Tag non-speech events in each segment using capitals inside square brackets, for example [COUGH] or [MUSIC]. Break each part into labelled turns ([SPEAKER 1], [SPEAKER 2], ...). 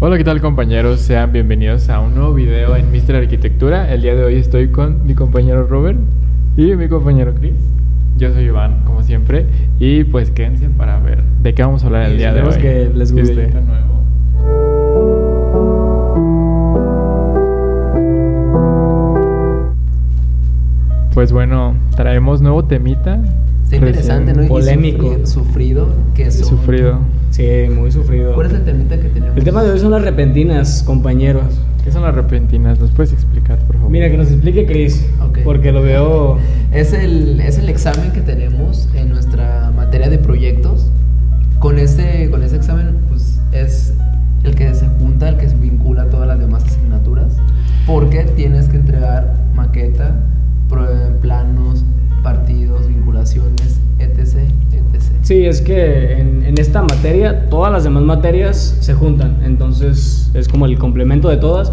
[SPEAKER 1] Hola, ¿qué tal compañeros? Sean bienvenidos a un nuevo video en Mister Arquitectura. El día de hoy estoy con mi compañero Robert y mi compañero Chris. Yo soy Iván, como siempre, y pues quédense para ver de qué vamos a hablar el
[SPEAKER 2] Y
[SPEAKER 1] día de hoy.
[SPEAKER 2] esperemos que les guste.
[SPEAKER 1] Videíto nuevo. Pues bueno, traemos nuevo temita.
[SPEAKER 3] Está interesante, ¿no?
[SPEAKER 1] Recién
[SPEAKER 3] Y
[SPEAKER 2] Pues, eh, Polémico.
[SPEAKER 3] sufri- Sufrido, que son...
[SPEAKER 1] Sufrido.
[SPEAKER 2] Sí, muy sufrido.
[SPEAKER 3] ¿Cuál es el temita que tenemos?
[SPEAKER 2] El tema de hoy son las repentinas, compañeros.
[SPEAKER 1] ¿Qué son las repentinas? ¿Nos puedes explicar, por favor?
[SPEAKER 2] Mira, que nos explique Chris,
[SPEAKER 3] Ok.
[SPEAKER 2] porque lo veo...
[SPEAKER 3] Es el, es el examen que tenemos en nuestra materia de proyectos. Con ese, con ese examen pues, es el que se junta, el que se vincula a todas las demás asignaturas. Porque tienes que entregar maqueta, pro- planos, partidos, vinculaciones, etc. etc.
[SPEAKER 2] Sí, es que en, en esta materia todas las demás materias se juntan, entonces es como el complemento de todas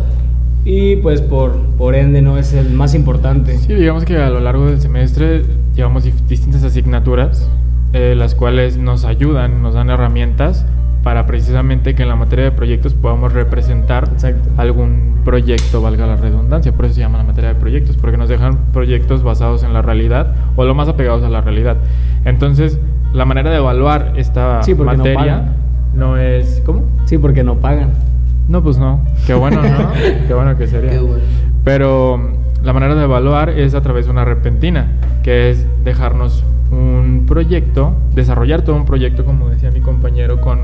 [SPEAKER 2] y pues por, por ende no es el más importante.
[SPEAKER 1] Sí, digamos que a lo largo del semestre llevamos dif- distintas asignaturas, eh, las cuales nos ayudan, nos dan herramientas para precisamente que en la materia de proyectos podamos representar
[SPEAKER 2] Exacto.
[SPEAKER 1] algún proyecto, valga la redundancia, por eso se llama la materia de proyectos, porque nos dejan proyectos basados en la realidad o lo más apegados a la realidad. Entonces, la manera de evaluar esta
[SPEAKER 2] Sí, porque no
[SPEAKER 1] materia
[SPEAKER 2] pagan.
[SPEAKER 1] no es... ¿Cómo?
[SPEAKER 2] Sí, porque no pagan.
[SPEAKER 1] No, pues no. Qué bueno,
[SPEAKER 2] [LAUGHS]
[SPEAKER 1] ¿no? Qué bueno que sería.
[SPEAKER 3] Qué bueno.
[SPEAKER 1] Pero mm, la manera de evaluar es a través de una repentina, que es dejarnos un proyecto, desarrollar todo un proyecto, como decía mi compañero, con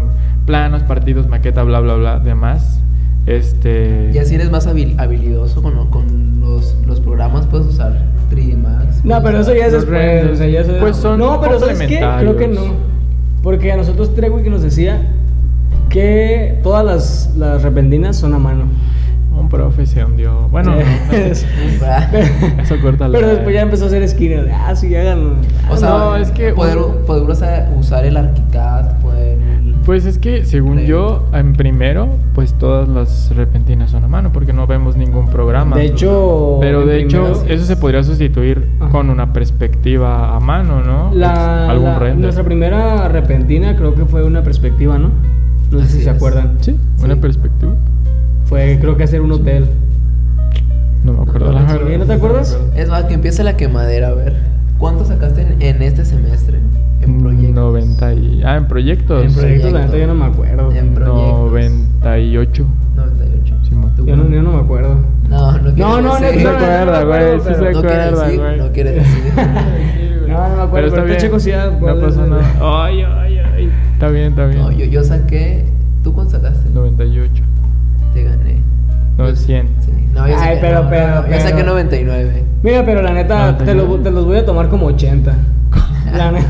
[SPEAKER 1] planos, partidos, maqueta, bla, bla, bla, demás. Este...
[SPEAKER 3] Ya si eres más habil- habilidoso con, lo- con los, los programas, puedes usar 3D Max.
[SPEAKER 2] No, pero eso ya es
[SPEAKER 1] Los
[SPEAKER 2] después.
[SPEAKER 1] renders,
[SPEAKER 2] o sea, ya eso-
[SPEAKER 1] pues son
[SPEAKER 2] no, pero ¿sabes qué? Creo que no.
[SPEAKER 1] complementarios.
[SPEAKER 2] Porque a nosotros Trewi que nos decía que todas las, las repentinas son a mano.
[SPEAKER 1] Un profe se hundió.
[SPEAKER 2] [LAUGHS]
[SPEAKER 1] Bueno,
[SPEAKER 2] Es- [LAUGHS]
[SPEAKER 1] [LAUGHS]
[SPEAKER 3] Ah.
[SPEAKER 1] Eso córtalo.
[SPEAKER 2] Pero después ya empezó a hacer esquinas. Ah, sí, háganlo.
[SPEAKER 3] O sea,
[SPEAKER 1] No, es que
[SPEAKER 3] poder,
[SPEAKER 1] un-
[SPEAKER 3] poder usar, usar el ArchiCAD, poder...
[SPEAKER 1] Pues es que, según yo, en primero, pues todas las repentinas son a mano, porque no vemos ningún programa.
[SPEAKER 2] De hecho,
[SPEAKER 1] Pero
[SPEAKER 2] en
[SPEAKER 1] de
[SPEAKER 2] primero
[SPEAKER 1] hecho,
[SPEAKER 2] sí.
[SPEAKER 1] eso se podría sustituir
[SPEAKER 2] Ajá.
[SPEAKER 1] con una perspectiva a mano, ¿no?
[SPEAKER 2] La,
[SPEAKER 1] Algún
[SPEAKER 2] la-
[SPEAKER 1] render.
[SPEAKER 2] Nuestra primera repentina creo que fue una perspectiva, ¿no? No sé
[SPEAKER 3] Así
[SPEAKER 2] si se
[SPEAKER 3] es.
[SPEAKER 2] acuerdan.
[SPEAKER 1] Sí, una
[SPEAKER 3] Sí.
[SPEAKER 1] perspectiva.
[SPEAKER 2] Fue creo que hacer un hotel.
[SPEAKER 1] No me acuerdo.
[SPEAKER 3] No,
[SPEAKER 1] la
[SPEAKER 3] sí,
[SPEAKER 1] verdad.
[SPEAKER 2] ¿no te acuerdas?
[SPEAKER 3] Es más, que empiece la quemadera, a ver. ¿Cuánto sacaste en, en este semestre? En proyectos.
[SPEAKER 1] 90 y... Ah, en proyectos.
[SPEAKER 2] En proyectos,
[SPEAKER 3] proyecto.
[SPEAKER 2] la neta, yo no me acuerdo.
[SPEAKER 3] En pro- proyectos.
[SPEAKER 1] 98.
[SPEAKER 3] 98.
[SPEAKER 1] Simón.
[SPEAKER 3] ¿Tú
[SPEAKER 2] Yo no,
[SPEAKER 3] cuánto?
[SPEAKER 2] yo no me acuerdo.
[SPEAKER 3] No, no quiere
[SPEAKER 2] No, no, no,
[SPEAKER 3] decir.
[SPEAKER 1] no se acuerda, güey, sí se
[SPEAKER 2] pero-
[SPEAKER 3] No quiere
[SPEAKER 1] acuerda,
[SPEAKER 3] decir,
[SPEAKER 1] güey.
[SPEAKER 3] no quiere decir.
[SPEAKER 2] [LAUGHS] No, no me acuerdo,
[SPEAKER 1] Pero está
[SPEAKER 2] pero
[SPEAKER 1] bien.
[SPEAKER 2] tú checo ah, si ya-
[SPEAKER 1] no
[SPEAKER 2] cuál
[SPEAKER 1] pasó
[SPEAKER 2] es-
[SPEAKER 1] nada. Ay, ay, ay. Está bien, está bien.
[SPEAKER 3] No, yo, yo saqué... ¿Tú cuánto sacaste? [LAUGHS]
[SPEAKER 1] 98.
[SPEAKER 3] Te gané.
[SPEAKER 1] No, 100.
[SPEAKER 3] Sí. No, yo
[SPEAKER 2] Ay,
[SPEAKER 3] saqué,
[SPEAKER 2] pero,
[SPEAKER 3] no, no,
[SPEAKER 2] pero,
[SPEAKER 3] no, yo
[SPEAKER 2] pero.
[SPEAKER 3] saqué 99.
[SPEAKER 2] Mira, pero la neta,
[SPEAKER 1] No, te
[SPEAKER 2] te, lo-
[SPEAKER 1] creo.
[SPEAKER 2] te los voy a tomar como [LAUGHS] 80. La neta.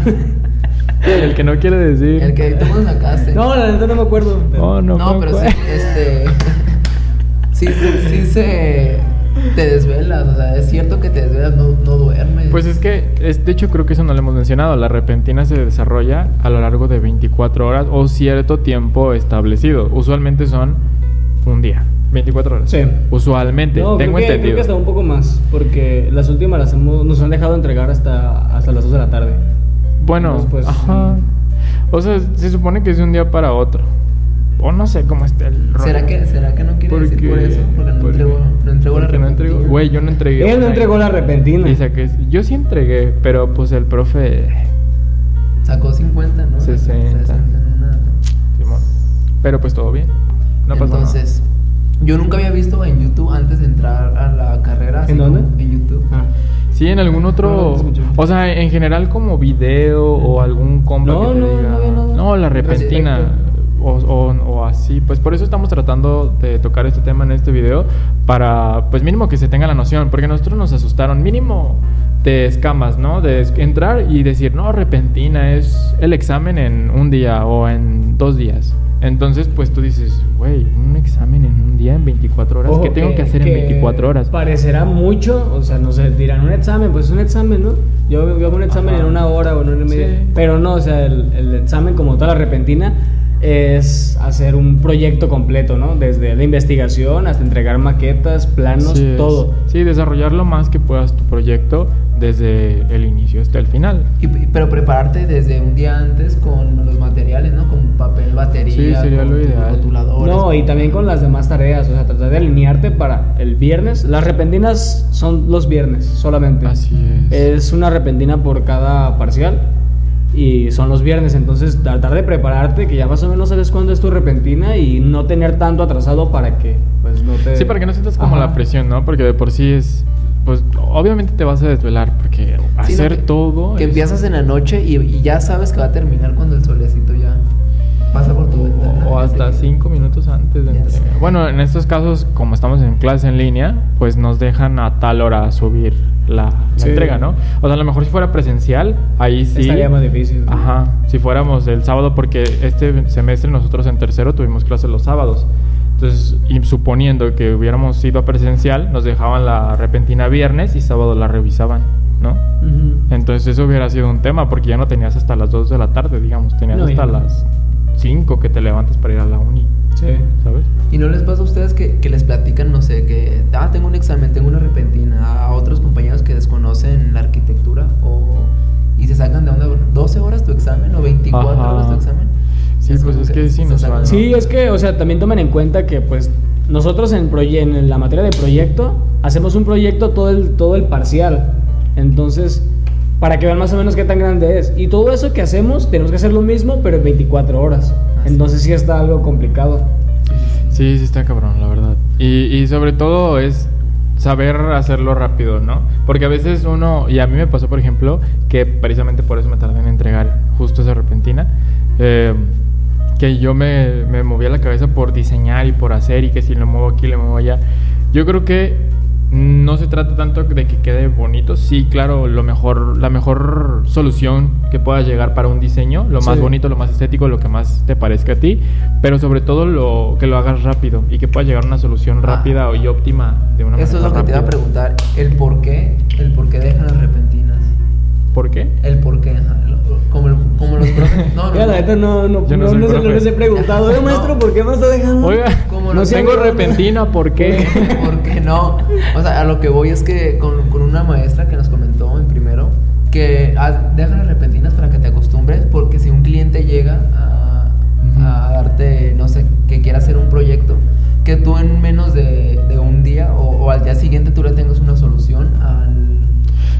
[SPEAKER 1] El que no quiere decir.
[SPEAKER 3] El que tú cuánto sacaste.
[SPEAKER 2] No, la neta no me acuerdo.
[SPEAKER 1] Oh, no,
[SPEAKER 3] No,
[SPEAKER 1] me
[SPEAKER 3] pero sí,
[SPEAKER 1] acuerdo.
[SPEAKER 3] este. [LAUGHS] sí, sí, sí se. Te desvelas, o sea, es cierto que te desvelas, no, no duermes.
[SPEAKER 1] Pues es que, es, de hecho, creo que eso no lo hemos mencionado. La repentina se desarrolla a lo largo de 24 horas o cierto tiempo establecido. Usualmente son un día, 24 horas.
[SPEAKER 2] Sí.
[SPEAKER 1] Usualmente,
[SPEAKER 2] No,
[SPEAKER 1] tengo
[SPEAKER 2] creo que, creo
[SPEAKER 1] entendido.
[SPEAKER 2] que hasta un poco más, porque las últimas las hemos, nos han dejado entregar hasta, hasta las 2 de la tarde.
[SPEAKER 1] Bueno,
[SPEAKER 2] Entonces, pues,
[SPEAKER 1] ajá.
[SPEAKER 2] mm.
[SPEAKER 1] O sea, se supone que es de un día para otro. O no sé cómo está el rollo.
[SPEAKER 3] ¿Será que, ¿Será que no quiere
[SPEAKER 1] Porque-
[SPEAKER 3] decir por eso? Porque no
[SPEAKER 1] porque-
[SPEAKER 3] entregó, no entregó la
[SPEAKER 1] porque no entregó-
[SPEAKER 3] repentina.
[SPEAKER 1] Güey, yo no entregué.
[SPEAKER 2] Él no
[SPEAKER 1] una
[SPEAKER 2] entregó
[SPEAKER 1] y-
[SPEAKER 2] la repentina.
[SPEAKER 1] y saqué- yo sí entregué, pero pues el profe
[SPEAKER 3] Sacó 50, ¿no?
[SPEAKER 1] 60.
[SPEAKER 3] 60 en una-
[SPEAKER 1] Simón. Pero pues todo bien. No pasa
[SPEAKER 3] Entonces, yo nunca había visto en YouTube antes de entrar a la carrera. así
[SPEAKER 2] ¿En dónde?
[SPEAKER 3] como En YouTube.
[SPEAKER 2] Ah.
[SPEAKER 1] nada. Sí, en algún
[SPEAKER 2] No,
[SPEAKER 1] otro.
[SPEAKER 2] no te escuché.
[SPEAKER 1] o sea, en general, como video o algún compa
[SPEAKER 2] No,
[SPEAKER 1] que te
[SPEAKER 2] no,
[SPEAKER 1] diga.
[SPEAKER 2] no había nada
[SPEAKER 1] No, la
[SPEAKER 2] al
[SPEAKER 1] repentina.
[SPEAKER 2] respecto.
[SPEAKER 1] O, o- o así. Pues por eso estamos tratando de tocar este tema en este video. Para, pues mínimo que se tenga la noción. Porque nosotros nos asustaron. Mínimo de escamas, ¿no? De es- entrar y decir, no, repentina es el examen en un día o en dos días. Entonces, pues tú dices, güey, un examen en un día, en 24 horas.
[SPEAKER 2] Ojo,
[SPEAKER 1] ¿Qué tengo que hacer en 24 horas?
[SPEAKER 2] Parecerá mucho, o sea, no sé, dirán un examen, pues es un examen, ¿no? Yo, yo hago un examen
[SPEAKER 1] Ajá.
[SPEAKER 2] en una hora o en una y media,
[SPEAKER 1] Sí.
[SPEAKER 2] pero no, o sea, el, el examen como toda la repentina es hacer un proyecto completo, ¿no? Desde la investigación hasta entregar maquetas, planos,
[SPEAKER 1] Así es.
[SPEAKER 2] todo.
[SPEAKER 1] Sí, desarrollar lo más que puedas tu proyecto desde el inicio hasta el final.
[SPEAKER 3] Y- y- pero prepararte desde un día antes con los materiales, ¿no? Con papel, batería,
[SPEAKER 1] Sí, sería
[SPEAKER 3] con
[SPEAKER 1] lo
[SPEAKER 3] tus
[SPEAKER 1] ideal.
[SPEAKER 3] rotuladores.
[SPEAKER 2] No, y también con las demás tareas, o sea, tratar de alinearte para el viernes. Las repentinas son los viernes solamente.
[SPEAKER 1] Así es.
[SPEAKER 2] Es una repentina por cada parcial y son los viernes, entonces tratar de prepararte, que ya más o menos sabes cuándo es tu repentina y no tener tanto atrasado para que pues no te...
[SPEAKER 1] Sí, para que no sientas como
[SPEAKER 2] Ajá.
[SPEAKER 1] la presión, ¿no? Porque de por sí es. Pues obviamente te vas a desvelar, porque
[SPEAKER 3] Sí, ¿no?
[SPEAKER 1] hacer
[SPEAKER 3] Que-
[SPEAKER 1] todo.
[SPEAKER 3] Que
[SPEAKER 1] es-
[SPEAKER 3] empiezas en la noche y, y ya sabes que va a terminar cuando el solecito ya pasa por tu ventana.
[SPEAKER 1] O, o
[SPEAKER 3] ya te
[SPEAKER 1] hasta
[SPEAKER 3] queda.
[SPEAKER 1] cinco minutos antes de
[SPEAKER 3] Ya
[SPEAKER 1] entrega.
[SPEAKER 3] sé.
[SPEAKER 1] Bueno, en estos casos, como estamos en clase en línea, pues nos dejan a tal hora subir la, la
[SPEAKER 2] Sí.
[SPEAKER 1] entrega, ¿no? O sea, a lo mejor si fuera presencial, ahí sí.
[SPEAKER 2] Estaría más difícil.
[SPEAKER 1] Ajá, si fuéramos el sábado, porque este semestre nosotros en tercero tuvimos clases los sábados. Entonces, y suponiendo que hubiéramos ido a presencial, nos dejaban la repentina viernes y sábado la revisaban, ¿no?
[SPEAKER 2] Ujú.
[SPEAKER 1] Entonces eso hubiera sido un tema, porque ya no tenías hasta las 2 de la tarde, digamos, tenías
[SPEAKER 2] No,
[SPEAKER 1] hasta
[SPEAKER 2] ya no.
[SPEAKER 1] las 5 que te levantas para ir a la uni,
[SPEAKER 2] Sí.
[SPEAKER 1] ¿sabes?
[SPEAKER 3] ¿Y no les pasa a ustedes que, que les platican, no sé, que ah, tengo un examen, tengo una repentina, a otros compañeros que desconocen la arquitectura o, y se sacan de onda 12 horas tu examen o 24
[SPEAKER 1] Ajá.
[SPEAKER 3] horas tu examen?
[SPEAKER 1] Sí, pues,
[SPEAKER 3] como
[SPEAKER 1] es que es
[SPEAKER 3] se
[SPEAKER 1] inusual,
[SPEAKER 3] sacan-
[SPEAKER 1] ¿no?
[SPEAKER 2] Sí, es que, o sea, también tomen en cuenta que, pues, nosotros en, proye- en la materia de proyecto, hacemos un proyecto todo el, todo el parcial. Entonces, para que vean más o menos qué tan grande es. Y todo eso que hacemos, tenemos que hacer lo mismo, pero en 24 horas.
[SPEAKER 3] Ah, sí.
[SPEAKER 2] Entonces, sí está algo complicado.
[SPEAKER 1] Sí, sí está cabrón, la verdad. Y, y sobre todo es saber hacerlo rápido, ¿no? Porque a veces uno, y a mí me pasó, por ejemplo, que precisamente por eso me tardé en entregar justo esa repentina, eh, que yo me, me movía la cabeza por diseñar y por hacer y que si lo muevo aquí, lo muevo allá. Yo creo que no se trata tanto de que quede bonito, sí, claro, lo mejor, la mejor solución que pueda llegar para un diseño, lo más
[SPEAKER 2] Sí.
[SPEAKER 1] bonito, lo más estético, lo que más te parezca a ti, pero sobre todo lo que lo hagas rápido y que pueda llegar a una solución
[SPEAKER 3] Ah.
[SPEAKER 1] rápida y óptima de una manera
[SPEAKER 3] Eso es lo que te iba a
[SPEAKER 1] rápida.
[SPEAKER 3] preguntar, el por qué, el por qué dejan las repentinas.
[SPEAKER 1] ¿Por qué?
[SPEAKER 3] El por qué, ajá, lo- como, el- como los
[SPEAKER 1] [LAUGHS]
[SPEAKER 3] profes. No, no,
[SPEAKER 2] Mira,
[SPEAKER 3] no.
[SPEAKER 2] la neta, no, no,
[SPEAKER 1] Yo no
[SPEAKER 2] no,
[SPEAKER 1] soy
[SPEAKER 2] no se- no
[SPEAKER 1] profe.
[SPEAKER 2] les he preguntado, eh, maestro,
[SPEAKER 3] No.
[SPEAKER 2] ¿por qué me está dejando?
[SPEAKER 1] Oiga,
[SPEAKER 3] Como
[SPEAKER 1] no
[SPEAKER 3] no
[SPEAKER 1] tengo
[SPEAKER 2] tengo-
[SPEAKER 1] repentina, ¿por qué?
[SPEAKER 3] [LAUGHS] ¿Por qué no? O sea, a lo que voy es que con, con una maestra que nos comentó en primero que ah, deja las repentinas para que te acostumbres, porque si un cliente llega a,
[SPEAKER 1] Ujú.
[SPEAKER 3] a darte, no sé, que quiera hacer un proyecto, que tú en menos de, de un día o, o al día siguiente tú le tengas una solución al,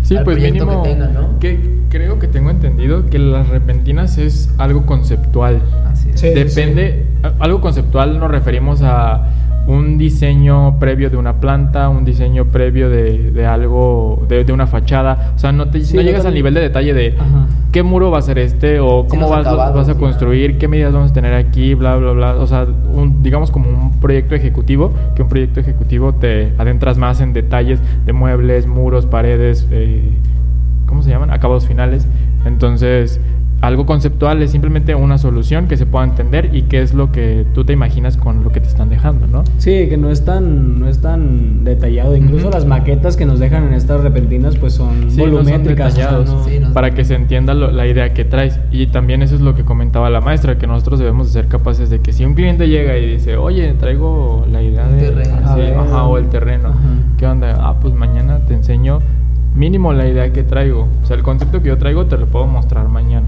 [SPEAKER 1] Sí,
[SPEAKER 3] al
[SPEAKER 1] pues
[SPEAKER 3] proyecto
[SPEAKER 1] mínimo.
[SPEAKER 3] que tenga, ¿no?
[SPEAKER 1] que creo que tengo entendido que las repentinas es algo conceptual.
[SPEAKER 3] Así es.
[SPEAKER 2] Sí.
[SPEAKER 1] Depende, a- algo conceptual nos referimos a un diseño previo de una planta, un diseño previo de, de algo, de, de una fachada. O sea, no, te,
[SPEAKER 2] Sí,
[SPEAKER 1] no
[SPEAKER 2] yo
[SPEAKER 1] llegas al
[SPEAKER 2] también-
[SPEAKER 1] nivel de detalle de
[SPEAKER 2] Ajá.
[SPEAKER 1] qué muro va a ser este o
[SPEAKER 3] Sí,
[SPEAKER 1] cómo
[SPEAKER 3] los
[SPEAKER 1] vas,
[SPEAKER 3] acabados,
[SPEAKER 1] vas a
[SPEAKER 3] ya.
[SPEAKER 1] construir, qué medidas vamos a tener aquí, bla, bla, bla. O sea, un- digamos como un proyecto ejecutivo, que un proyecto ejecutivo te adentras más en detalles de muebles, muros, paredes, eh, ¿cómo se llaman? Acabados finales. Entonces, algo conceptual es simplemente una solución que se pueda entender y qué es lo que tú te imaginas con lo que te están dejando, ¿no?
[SPEAKER 2] Sí, que no es tan, no es tan detallado. Incluso
[SPEAKER 1] Ujú.
[SPEAKER 2] las maquetas que nos dejan en estas repentinas, pues son
[SPEAKER 1] Sí, no son
[SPEAKER 2] volumétricas. o sea,
[SPEAKER 1] detallados.
[SPEAKER 2] no-
[SPEAKER 3] Sí, no.
[SPEAKER 1] para que se entienda lo- la idea que traes. Y también eso es lo que comentaba la maestra, que nosotros debemos de ser capaces de que si un cliente llega y dice, oye, traigo la idea
[SPEAKER 3] Un
[SPEAKER 1] de
[SPEAKER 3] terreno.
[SPEAKER 1] así,
[SPEAKER 2] A ver.
[SPEAKER 1] ajá, o el terreno,
[SPEAKER 2] Ajá.
[SPEAKER 1] ¿qué onda? Ah, pues mañana te enseño mínimo la idea que traigo. O sea, el concepto que yo traigo te lo puedo mostrar mañana.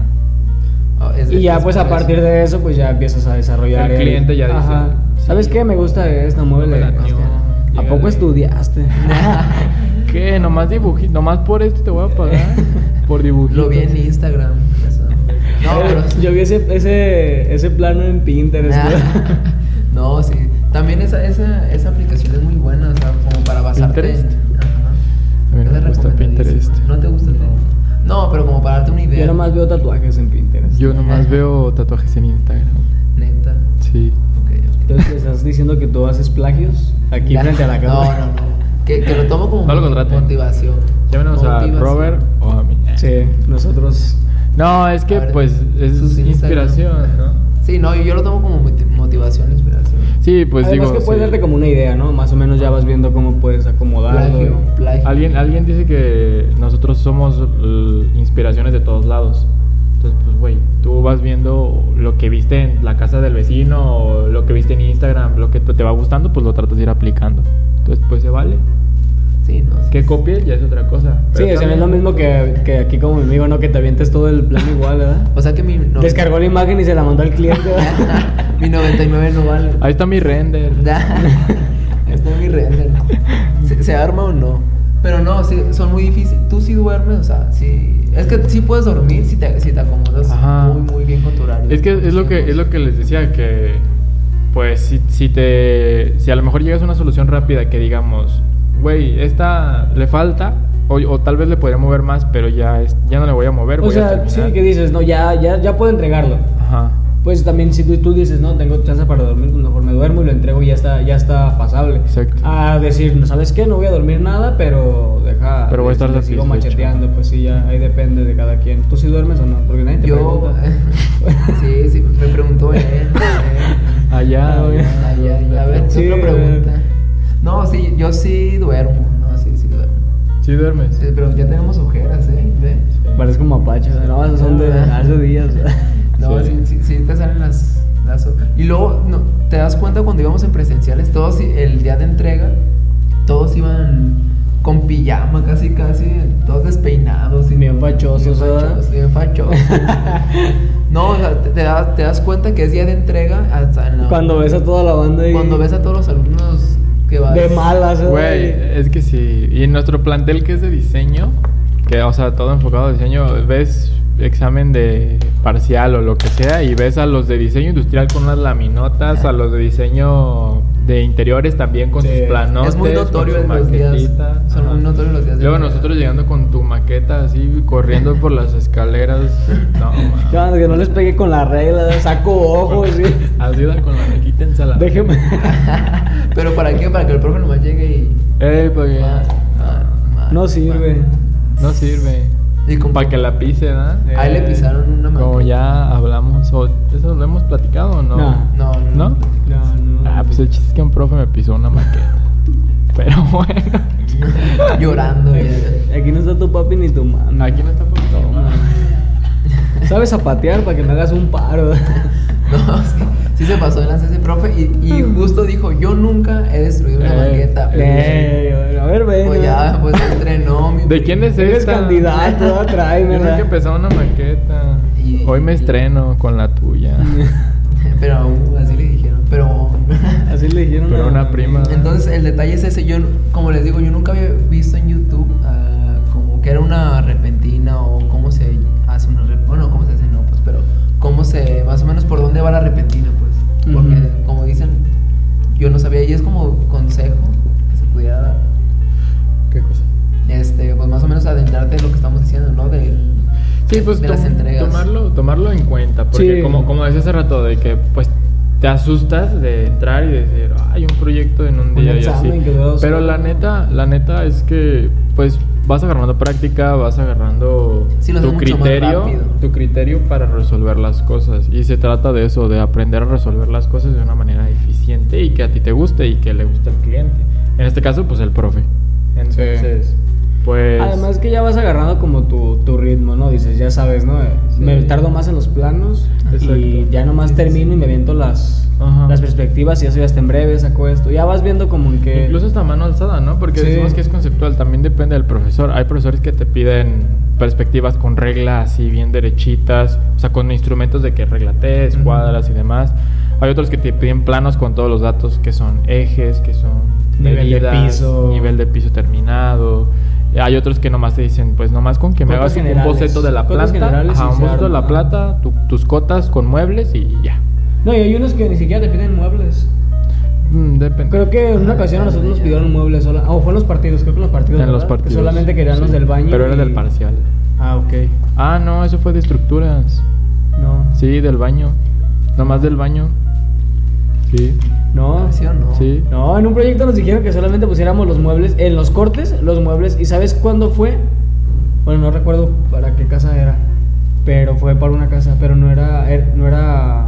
[SPEAKER 3] Ah, es-
[SPEAKER 2] Y ya
[SPEAKER 3] es
[SPEAKER 2] pues a
[SPEAKER 3] por eso.
[SPEAKER 2] partir de eso pues ya empiezas a desarrollar.
[SPEAKER 1] El cliente ya dice,
[SPEAKER 2] Ajá.
[SPEAKER 1] sí.
[SPEAKER 2] ¿Sabes qué? Me gusta esto, muévele.
[SPEAKER 1] No me la
[SPEAKER 3] dio.
[SPEAKER 2] ¿A
[SPEAKER 1] Llegale.
[SPEAKER 2] poco
[SPEAKER 3] [LAUGHS]
[SPEAKER 2] estudiaste?
[SPEAKER 1] ¿Qué? Nomás dibujito, nomás por esto te voy a pagar. Por dibujitos.
[SPEAKER 3] Lo vi en Instagram. eso.
[SPEAKER 2] [LAUGHS]
[SPEAKER 3] No, pero
[SPEAKER 2] Yo vi ese, ese, ese plano en Pinterest.
[SPEAKER 3] Nah.
[SPEAKER 2] güey.
[SPEAKER 3] [LAUGHS] No, sí. También esa, esa, esa aplicación es muy buena, o sea, como para basarte
[SPEAKER 1] Pinterest.
[SPEAKER 3] en. Ajá.
[SPEAKER 1] A mí no
[SPEAKER 3] Es
[SPEAKER 1] me gusta
[SPEAKER 3] recomendadísima.
[SPEAKER 1] Pinterest.
[SPEAKER 3] ¿No te gusta el Pinterest? No, pero como para darte una idea.
[SPEAKER 2] Yo nomás veo tatuajes en Pinterest.
[SPEAKER 1] Yo nomás veo tatuajes en Instagram.
[SPEAKER 3] Neta.
[SPEAKER 1] Sí.
[SPEAKER 3] Ok, ok.
[SPEAKER 2] Entonces ¿me estás diciendo que tú haces plagios aquí
[SPEAKER 3] Nah.
[SPEAKER 2] frente a la cámara.
[SPEAKER 3] No, no, no. Que, que lo tomo como
[SPEAKER 1] No lo contraten.
[SPEAKER 3] motivación.
[SPEAKER 1] Llámenos a
[SPEAKER 3] Motivación.
[SPEAKER 1] Robert o a mí.
[SPEAKER 2] Sí, nosotros
[SPEAKER 1] No, es que
[SPEAKER 3] A ver,
[SPEAKER 1] pues es
[SPEAKER 3] sus Instagram.
[SPEAKER 1] inspiración, ¿no?
[SPEAKER 3] Sí, no, yo lo tomo como moti- motivación, inspiración.
[SPEAKER 1] Sí, pues
[SPEAKER 2] Además
[SPEAKER 1] digo.
[SPEAKER 2] que puedes
[SPEAKER 1] sí.
[SPEAKER 2] darte como una idea, ¿no? Más o menos ya vas viendo cómo puedes acomodarlo.
[SPEAKER 3] Plagio, plagio.
[SPEAKER 1] Alguien, alguien dice que nosotros somos eh, inspiraciones de todos lados. Entonces, pues, güey, tú vas viendo lo que viste en la casa del vecino, o lo que viste en Instagram, lo que te te va gustando, pues lo tratas de ir aplicando. Entonces, pues se vale.
[SPEAKER 3] Sí, no. sí.
[SPEAKER 1] Que copies ya es otra cosa.
[SPEAKER 2] Sí,
[SPEAKER 1] pero
[SPEAKER 2] o sea, no
[SPEAKER 1] también-
[SPEAKER 2] es lo mismo que, que aquí como mi amigo, ¿no? Que te avientes todo el plan igual, ¿verdad?
[SPEAKER 3] O sea que mi. no-
[SPEAKER 2] Descargó la imagen y se la mandó al cliente. ¿verdad?
[SPEAKER 3] [LAUGHS] [LAUGHS] mi 99 no vale.
[SPEAKER 1] Ahí está mi render.
[SPEAKER 3] [LAUGHS] Está mi render. ¿Se, se arma o no? Pero no, sí, son muy difíciles. Tú sí duermes, o sea, sí. Es que sí puedes dormir si te, si te acomodas
[SPEAKER 1] Ajá.
[SPEAKER 3] muy, muy bien con tu horario.
[SPEAKER 1] Es que
[SPEAKER 3] con tus
[SPEAKER 1] es lo que es
[SPEAKER 3] tiempos.
[SPEAKER 1] lo que les decía que pues si, si te si a lo mejor llegas a una solución rápida que digamos, güey, esta le falta o, o tal vez le podría mover más, pero ya es- ya no le voy a mover,
[SPEAKER 2] o
[SPEAKER 1] voy a
[SPEAKER 2] sea, sí,
[SPEAKER 1] terminar.
[SPEAKER 2] que dices, no, ya, ya, ya puedo entregarlo.
[SPEAKER 1] Ajá.
[SPEAKER 2] Pues también si tú, tú dices, no, tengo chance para dormir, pues mejor me duermo y lo entrego y ya está, ya está pasable.
[SPEAKER 1] Exacto.
[SPEAKER 2] A decir, no, ¿sabes qué? No voy a dormir nada, pero deja...
[SPEAKER 1] Pero voy a estar
[SPEAKER 2] le sigo
[SPEAKER 1] satisfecho.
[SPEAKER 2] macheteando, pues sí, ya, ahí depende de cada quien. ¿Tú sí duermes o no? Porque nadie te
[SPEAKER 3] Yo.
[SPEAKER 2] pregunta.
[SPEAKER 3] [LAUGHS] sí, sí, me eh, preguntó él. él.
[SPEAKER 1] [LAUGHS] Allá,
[SPEAKER 2] Ah,
[SPEAKER 1] güey.
[SPEAKER 3] Ay, ay, a ver,
[SPEAKER 2] Sí,
[SPEAKER 3] otra pregunta. No, sí, yo sí duermo. No, sí, sí duermo.
[SPEAKER 1] Sí duermes.
[SPEAKER 3] Sí, pero ya tenemos ojeras, ¿eh? ¿Ve?
[SPEAKER 2] Parece como mapache, no, esos
[SPEAKER 3] [LAUGHS]
[SPEAKER 2] son de hace días.
[SPEAKER 3] Ah. No,
[SPEAKER 1] Sí.
[SPEAKER 3] sí, sí, sí te salen las, las hojas. Y luego, no, ¿te das cuenta cuando íbamos en presenciales? Todos, i- el día de entrega, todos iban con pijama casi, casi, todos despeinados. y-
[SPEAKER 2] Bien fachosos,
[SPEAKER 3] bien
[SPEAKER 2] ¿verdad?
[SPEAKER 3] fachosos, bien fachosos.
[SPEAKER 2] [LAUGHS]
[SPEAKER 3] No, o sea, te, te das, te das cuenta que es día de entrega hasta en la-
[SPEAKER 2] Cuando ves a toda la banda ahí
[SPEAKER 3] cuando ves a todos los alumnos que vas...
[SPEAKER 2] de malas, ¿eh?
[SPEAKER 1] Güey, es que sí. Y en nuestro plantel que es de diseño, que o sea, todo enfocado a diseño, ves examen de parcial o lo que sea y ves a los de diseño industrial con unas laminotas, a los de diseño de interiores también con
[SPEAKER 2] Sí.
[SPEAKER 1] sus planotes,
[SPEAKER 3] es muy notorio
[SPEAKER 1] con
[SPEAKER 3] en
[SPEAKER 1] su
[SPEAKER 3] los días.
[SPEAKER 1] maquetita.
[SPEAKER 3] Son
[SPEAKER 1] Ajá.
[SPEAKER 3] muy notorios los días. de
[SPEAKER 1] Luego
[SPEAKER 3] entrega.
[SPEAKER 1] nosotros llegando con tu maqueta así corriendo por las
[SPEAKER 3] [LAUGHS]
[SPEAKER 1] escaleras. No, mames.
[SPEAKER 2] Ya, que no les pegué con la regla, saco ojos, ¿sí?
[SPEAKER 1] Ayuda con la maquita ensalada.
[SPEAKER 2] Déjeme.
[SPEAKER 3] [LAUGHS] [LAUGHS] ¿Pero para qué? Para que el profe nomás llegue y... Ah,
[SPEAKER 1] Ey, pues, porque
[SPEAKER 3] Mal, mal, mal,
[SPEAKER 2] No sirve.
[SPEAKER 3] mal.
[SPEAKER 1] no sirve.
[SPEAKER 3] Y con-
[SPEAKER 1] Para que la pise, ¿verdad?
[SPEAKER 3] Ahí le pisaron una mano.
[SPEAKER 1] Como ya hablamos, o ¿eso lo hemos platicado o no?
[SPEAKER 2] No.
[SPEAKER 3] No, no.
[SPEAKER 1] ¿No?
[SPEAKER 2] No, no.
[SPEAKER 1] Ah, pues el chiste es que un profe me pisó una
[SPEAKER 3] [LAUGHS]
[SPEAKER 1] maqueta. Pero bueno.
[SPEAKER 3] Llorando. ya.
[SPEAKER 2] Aquí no está tu papi ni tu mamá.
[SPEAKER 1] Aquí no está por todo.
[SPEAKER 2] No. ¿Sabes zapatear para que me hagas un paro?
[SPEAKER 3] [LAUGHS] No, sí, sí se pasó de lanza ese profe y, y justo dijo, yo nunca he destruido una
[SPEAKER 1] Eh,
[SPEAKER 3] banqueta.
[SPEAKER 2] Ey, a ver, ven.
[SPEAKER 3] Pues ya, pues
[SPEAKER 1] [LAUGHS]
[SPEAKER 3] entrenó. Mi
[SPEAKER 1] ¿De quién es
[SPEAKER 2] Eres
[SPEAKER 1] esta?
[SPEAKER 2] candidato,
[SPEAKER 1] [LAUGHS] Yo
[SPEAKER 2] ah, tráeme.
[SPEAKER 1] nunca he empezado una maqueta.
[SPEAKER 3] Y-
[SPEAKER 1] Hoy me
[SPEAKER 3] y-
[SPEAKER 1] estreno con la
[SPEAKER 3] [LAUGHS]
[SPEAKER 1] tuya.
[SPEAKER 3] [LAUGHS] Pero aún así le dijeron, pero...
[SPEAKER 2] [LAUGHS]
[SPEAKER 3] [LAUGHS]
[SPEAKER 2] Así le dijeron.
[SPEAKER 1] Pero
[SPEAKER 2] a-
[SPEAKER 1] una prima.
[SPEAKER 3] Entonces el detalle es ese, yo, como les digo, yo nunca había visto en YouTube ah, como que era una repentina o cómo se hace una repentina, bueno, cómo se hace, no, pues, pero cómo se, más o menos por dónde va la repentina, pues, porque
[SPEAKER 2] Ujú.
[SPEAKER 3] como dicen, yo no sabía y es como consejo que se pudiera dar,
[SPEAKER 1] ¿Qué cosa?
[SPEAKER 3] este, pues más o menos adentrarte en lo que estamos diciendo, ¿no? Del,
[SPEAKER 1] Sí, pues
[SPEAKER 3] de las
[SPEAKER 1] tom-
[SPEAKER 3] entregas.
[SPEAKER 1] Tomarlo, tomarlo en cuenta, porque
[SPEAKER 2] Sí.
[SPEAKER 1] como, como decía hace rato, de que pues te asustas de entrar y decir, hay un proyecto en un
[SPEAKER 2] Un
[SPEAKER 1] día y así.
[SPEAKER 2] examen que dura dos
[SPEAKER 1] Pero la
[SPEAKER 2] horas, ¿no?
[SPEAKER 1] neta, la neta es que pues vas agarrando práctica, vas agarrando
[SPEAKER 3] Sí, lo hace
[SPEAKER 1] tu
[SPEAKER 3] mucho más
[SPEAKER 1] criterio,
[SPEAKER 3] rápido.
[SPEAKER 1] tu criterio para resolver las cosas. Y se trata de eso, de aprender a resolver las cosas de una manera eficiente y que a ti te guste y que le guste al cliente. En este caso, pues el profe. Entonces, pues...
[SPEAKER 2] Además que ya vas agarrando como tu, tu ritmo, ¿no? Dices, ya sabes, ¿no? Me tardo más en los planos
[SPEAKER 1] Exacto.
[SPEAKER 2] y ya nomás termino y me viento las,
[SPEAKER 1] Ajá.
[SPEAKER 2] las perspectivas y ya soy hasta en breve, saco esto. Ya vas viendo como en qué...
[SPEAKER 1] Incluso hasta mano alzada, ¿no? Porque
[SPEAKER 2] Sí.
[SPEAKER 1] decimos que es conceptual, también depende del profesor. Hay profesores que te piden perspectivas con reglas así bien derechitas, o sea, con instrumentos de que regla T,
[SPEAKER 3] Ujú.
[SPEAKER 1] cuadras y demás. Hay otros que te piden planos con todos los datos, que son ejes, que son
[SPEAKER 2] Nivel de
[SPEAKER 1] medidas,
[SPEAKER 2] piso.
[SPEAKER 1] nivel de piso terminado. Y Hay otros que nomás te dicen, pues nomás con que me
[SPEAKER 2] Cotas
[SPEAKER 1] hagas un
[SPEAKER 2] generales.
[SPEAKER 1] boceto de la
[SPEAKER 2] Cotas
[SPEAKER 1] planta,
[SPEAKER 2] generales
[SPEAKER 1] ajá,
[SPEAKER 2] y
[SPEAKER 1] un
[SPEAKER 2] se
[SPEAKER 1] boceto de la
[SPEAKER 2] arma.
[SPEAKER 1] plata, tu- tus cotas con muebles y ya.
[SPEAKER 2] No, y hay unos que ni siquiera te piden muebles.
[SPEAKER 1] Mm, depende.
[SPEAKER 2] Creo que en una ocasión a nosotros nos pidieron muebles, sola- o fue en los partidos, creo que en los partidos.
[SPEAKER 1] en los
[SPEAKER 2] ¿verdad? Que
[SPEAKER 1] partidos.
[SPEAKER 2] solamente querían los
[SPEAKER 1] sí.
[SPEAKER 2] del baño.
[SPEAKER 1] Pero era
[SPEAKER 2] y-
[SPEAKER 1] del parcial.
[SPEAKER 2] Ah, ok.
[SPEAKER 1] Ah, no, eso fue de estructuras.
[SPEAKER 2] No.
[SPEAKER 1] Sí, del baño. Nomás del baño. Sí,
[SPEAKER 2] No.
[SPEAKER 3] ¿sí o no?
[SPEAKER 1] sí.
[SPEAKER 2] No, en un proyecto nos dijeron que solamente pusiéramos los muebles, en los cortes, los muebles. ¿Y sabes cuándo fue? Bueno, no recuerdo para qué casa era, pero fue para una casa, pero no era, er- no era,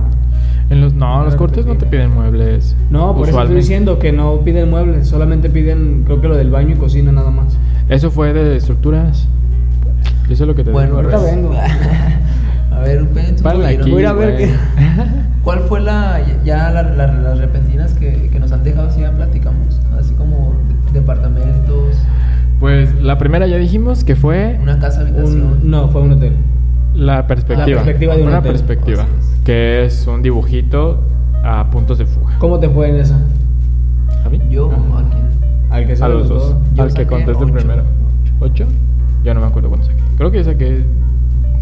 [SPEAKER 1] En los, no, los cortes no te piden muebles.
[SPEAKER 2] no, por eso estoy
[SPEAKER 1] usualmente.
[SPEAKER 2] diciendo que no piden muebles, solamente piden, creo que lo del baño y cocina nada más.
[SPEAKER 1] Eso fue de estructuras. Eso es lo que te
[SPEAKER 3] Bueno, pues,
[SPEAKER 1] digo.
[SPEAKER 2] ahorita
[SPEAKER 1] Rey.
[SPEAKER 2] vengo.
[SPEAKER 3] [LAUGHS] a ver, un
[SPEAKER 1] Párale
[SPEAKER 3] pendiente.
[SPEAKER 1] aquí,
[SPEAKER 2] Voy a ir a ver
[SPEAKER 1] güey.
[SPEAKER 3] ¿Cuál fue la, ya la- la- las repentinas que, que nos han dejado si ya platicamos? Así como de- departamentos,
[SPEAKER 1] Pues la primera ya dijimos que fue
[SPEAKER 3] una casa habitación.
[SPEAKER 2] Un- no, fue un hotel.
[SPEAKER 1] la perspectiva.
[SPEAKER 2] La perspectiva de un
[SPEAKER 1] una
[SPEAKER 2] hotel.
[SPEAKER 1] perspectiva,
[SPEAKER 3] Así es.
[SPEAKER 1] que es un dibujito a puntos de fuga.
[SPEAKER 2] ¿Cómo te fue en esa?
[SPEAKER 1] ¿A mí?
[SPEAKER 3] Yo,
[SPEAKER 2] Ajá.
[SPEAKER 3] ¿a quién?
[SPEAKER 2] Al que se
[SPEAKER 1] a
[SPEAKER 2] le
[SPEAKER 1] los
[SPEAKER 2] gustó.
[SPEAKER 1] dos.
[SPEAKER 3] Yo
[SPEAKER 1] Al que
[SPEAKER 3] saqué
[SPEAKER 1] conteste
[SPEAKER 3] ocho.
[SPEAKER 1] primero. ¿Ocho? Ya no me acuerdo cuánto saqué. Creo que yo saqué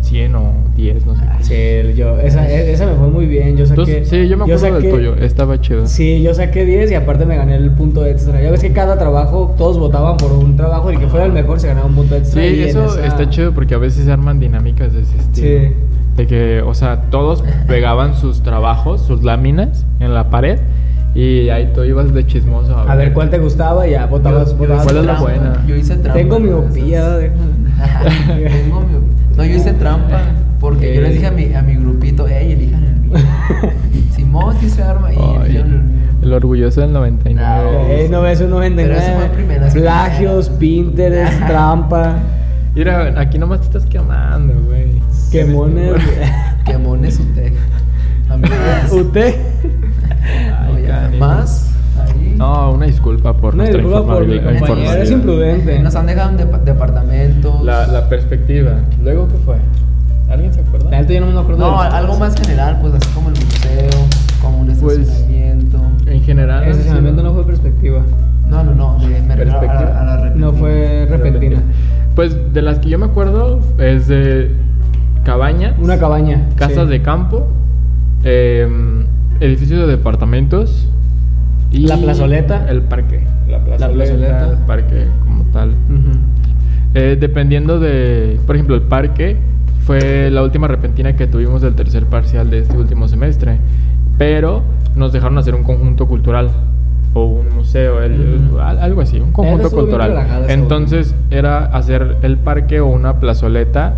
[SPEAKER 1] 100 o 10, no sé.
[SPEAKER 2] Sí, el- yo, esa, e- esa me fue muy bien. Yo saqué,
[SPEAKER 1] Entonces, sí, yo me acuerdo
[SPEAKER 2] saqué-
[SPEAKER 1] del tuyo. Estaba chido.
[SPEAKER 2] Sí, yo saqué 10 y aparte me gané el punto extra. Ya ves que cada trabajo, todos votaban por un trabajo y el que fuera el mejor se ganaba un punto
[SPEAKER 1] Sí,
[SPEAKER 2] extra. y en
[SPEAKER 1] eso
[SPEAKER 2] esa-
[SPEAKER 1] está chido porque a veces se arman dinámicas de ese estilo.
[SPEAKER 2] Sí.
[SPEAKER 1] De que, o sea, todos pegaban sus trabajos, sus láminas en la pared y ahí tú ibas de chismoso.
[SPEAKER 2] A ver cuál te gustaba y ya votabas.
[SPEAKER 3] Yo- yo
[SPEAKER 2] votabas
[SPEAKER 3] hice
[SPEAKER 1] ¿Cuál es la
[SPEAKER 3] trampa,
[SPEAKER 1] buena?
[SPEAKER 3] Yo hice trampa.
[SPEAKER 2] Tengo
[SPEAKER 3] con
[SPEAKER 2] miopía,
[SPEAKER 3] esas.
[SPEAKER 2] déjame.
[SPEAKER 3] [LAUGHS] Tengo miopía. No, yo hice trampa porque yo les dije a mi, a mi grupito, hey,
[SPEAKER 1] [LAUGHS]
[SPEAKER 3] elijan el mío. Simón sí se arma y
[SPEAKER 1] Ay,
[SPEAKER 3] eligieron el mío.
[SPEAKER 1] el orgulloso del 99.
[SPEAKER 3] No.
[SPEAKER 2] Eh, no ves un 99.
[SPEAKER 3] Pero eso fue primero, así que-
[SPEAKER 2] Plagios, Pinterest, trampa.
[SPEAKER 1] Mira, aquí nomás te estás quemando, güey.
[SPEAKER 2] Quemones. [LAUGHS]
[SPEAKER 3] Quemón es UTEC.
[SPEAKER 1] [LAUGHS]
[SPEAKER 3] Amigas. [LAUGHS]
[SPEAKER 2] ¿Usted?
[SPEAKER 3] No, ya,
[SPEAKER 1] canijo.
[SPEAKER 3] Más. Ahí.
[SPEAKER 1] No, una disculpa por
[SPEAKER 2] Una
[SPEAKER 1] nuestra
[SPEAKER 2] disculpa por mi
[SPEAKER 1] informabil-
[SPEAKER 2] compañero,
[SPEAKER 1] informabilidad.
[SPEAKER 2] eres imprudente.
[SPEAKER 3] Nos han dejado en depa- departamentos.
[SPEAKER 1] La, la perspectiva. ¿Luego qué fue? ¿Alguien se acuerda?
[SPEAKER 2] La neta, yo no me acuerdo.
[SPEAKER 3] no,
[SPEAKER 2] del-
[SPEAKER 3] algo más general, pues así como el museo, como un
[SPEAKER 1] Pues-
[SPEAKER 3] estacionamiento.
[SPEAKER 1] En general.
[SPEAKER 2] El estacionamiento
[SPEAKER 1] Ah, sí.
[SPEAKER 2] no fue perspectiva.
[SPEAKER 3] No, no, no, de- me refiero a, la- a la repentina.
[SPEAKER 2] No fue repentina.
[SPEAKER 1] Pues de las que yo me acuerdo es de cabañas,
[SPEAKER 2] Una cabaña.
[SPEAKER 1] casas
[SPEAKER 2] sí.
[SPEAKER 1] de campo, em, edificios de departamentos y
[SPEAKER 2] La plazoleta.
[SPEAKER 1] el parque, la plazoleta,
[SPEAKER 2] plazoleta.
[SPEAKER 1] el parque como tal.
[SPEAKER 2] Ujú.
[SPEAKER 1] Eh, dependiendo de, por ejemplo, el parque fue la última repentina que tuvimos del tercer parcial de este último semestre, pero nos dejaron hacer un conjunto cultural o un museo, el-
[SPEAKER 2] Ujú.
[SPEAKER 1] al- algo así, un
[SPEAKER 2] Eso
[SPEAKER 1] conjunto
[SPEAKER 2] estuvo bien relajado,
[SPEAKER 1] cultural.
[SPEAKER 2] estuvo
[SPEAKER 1] Entonces era hacer el parque o una plazoleta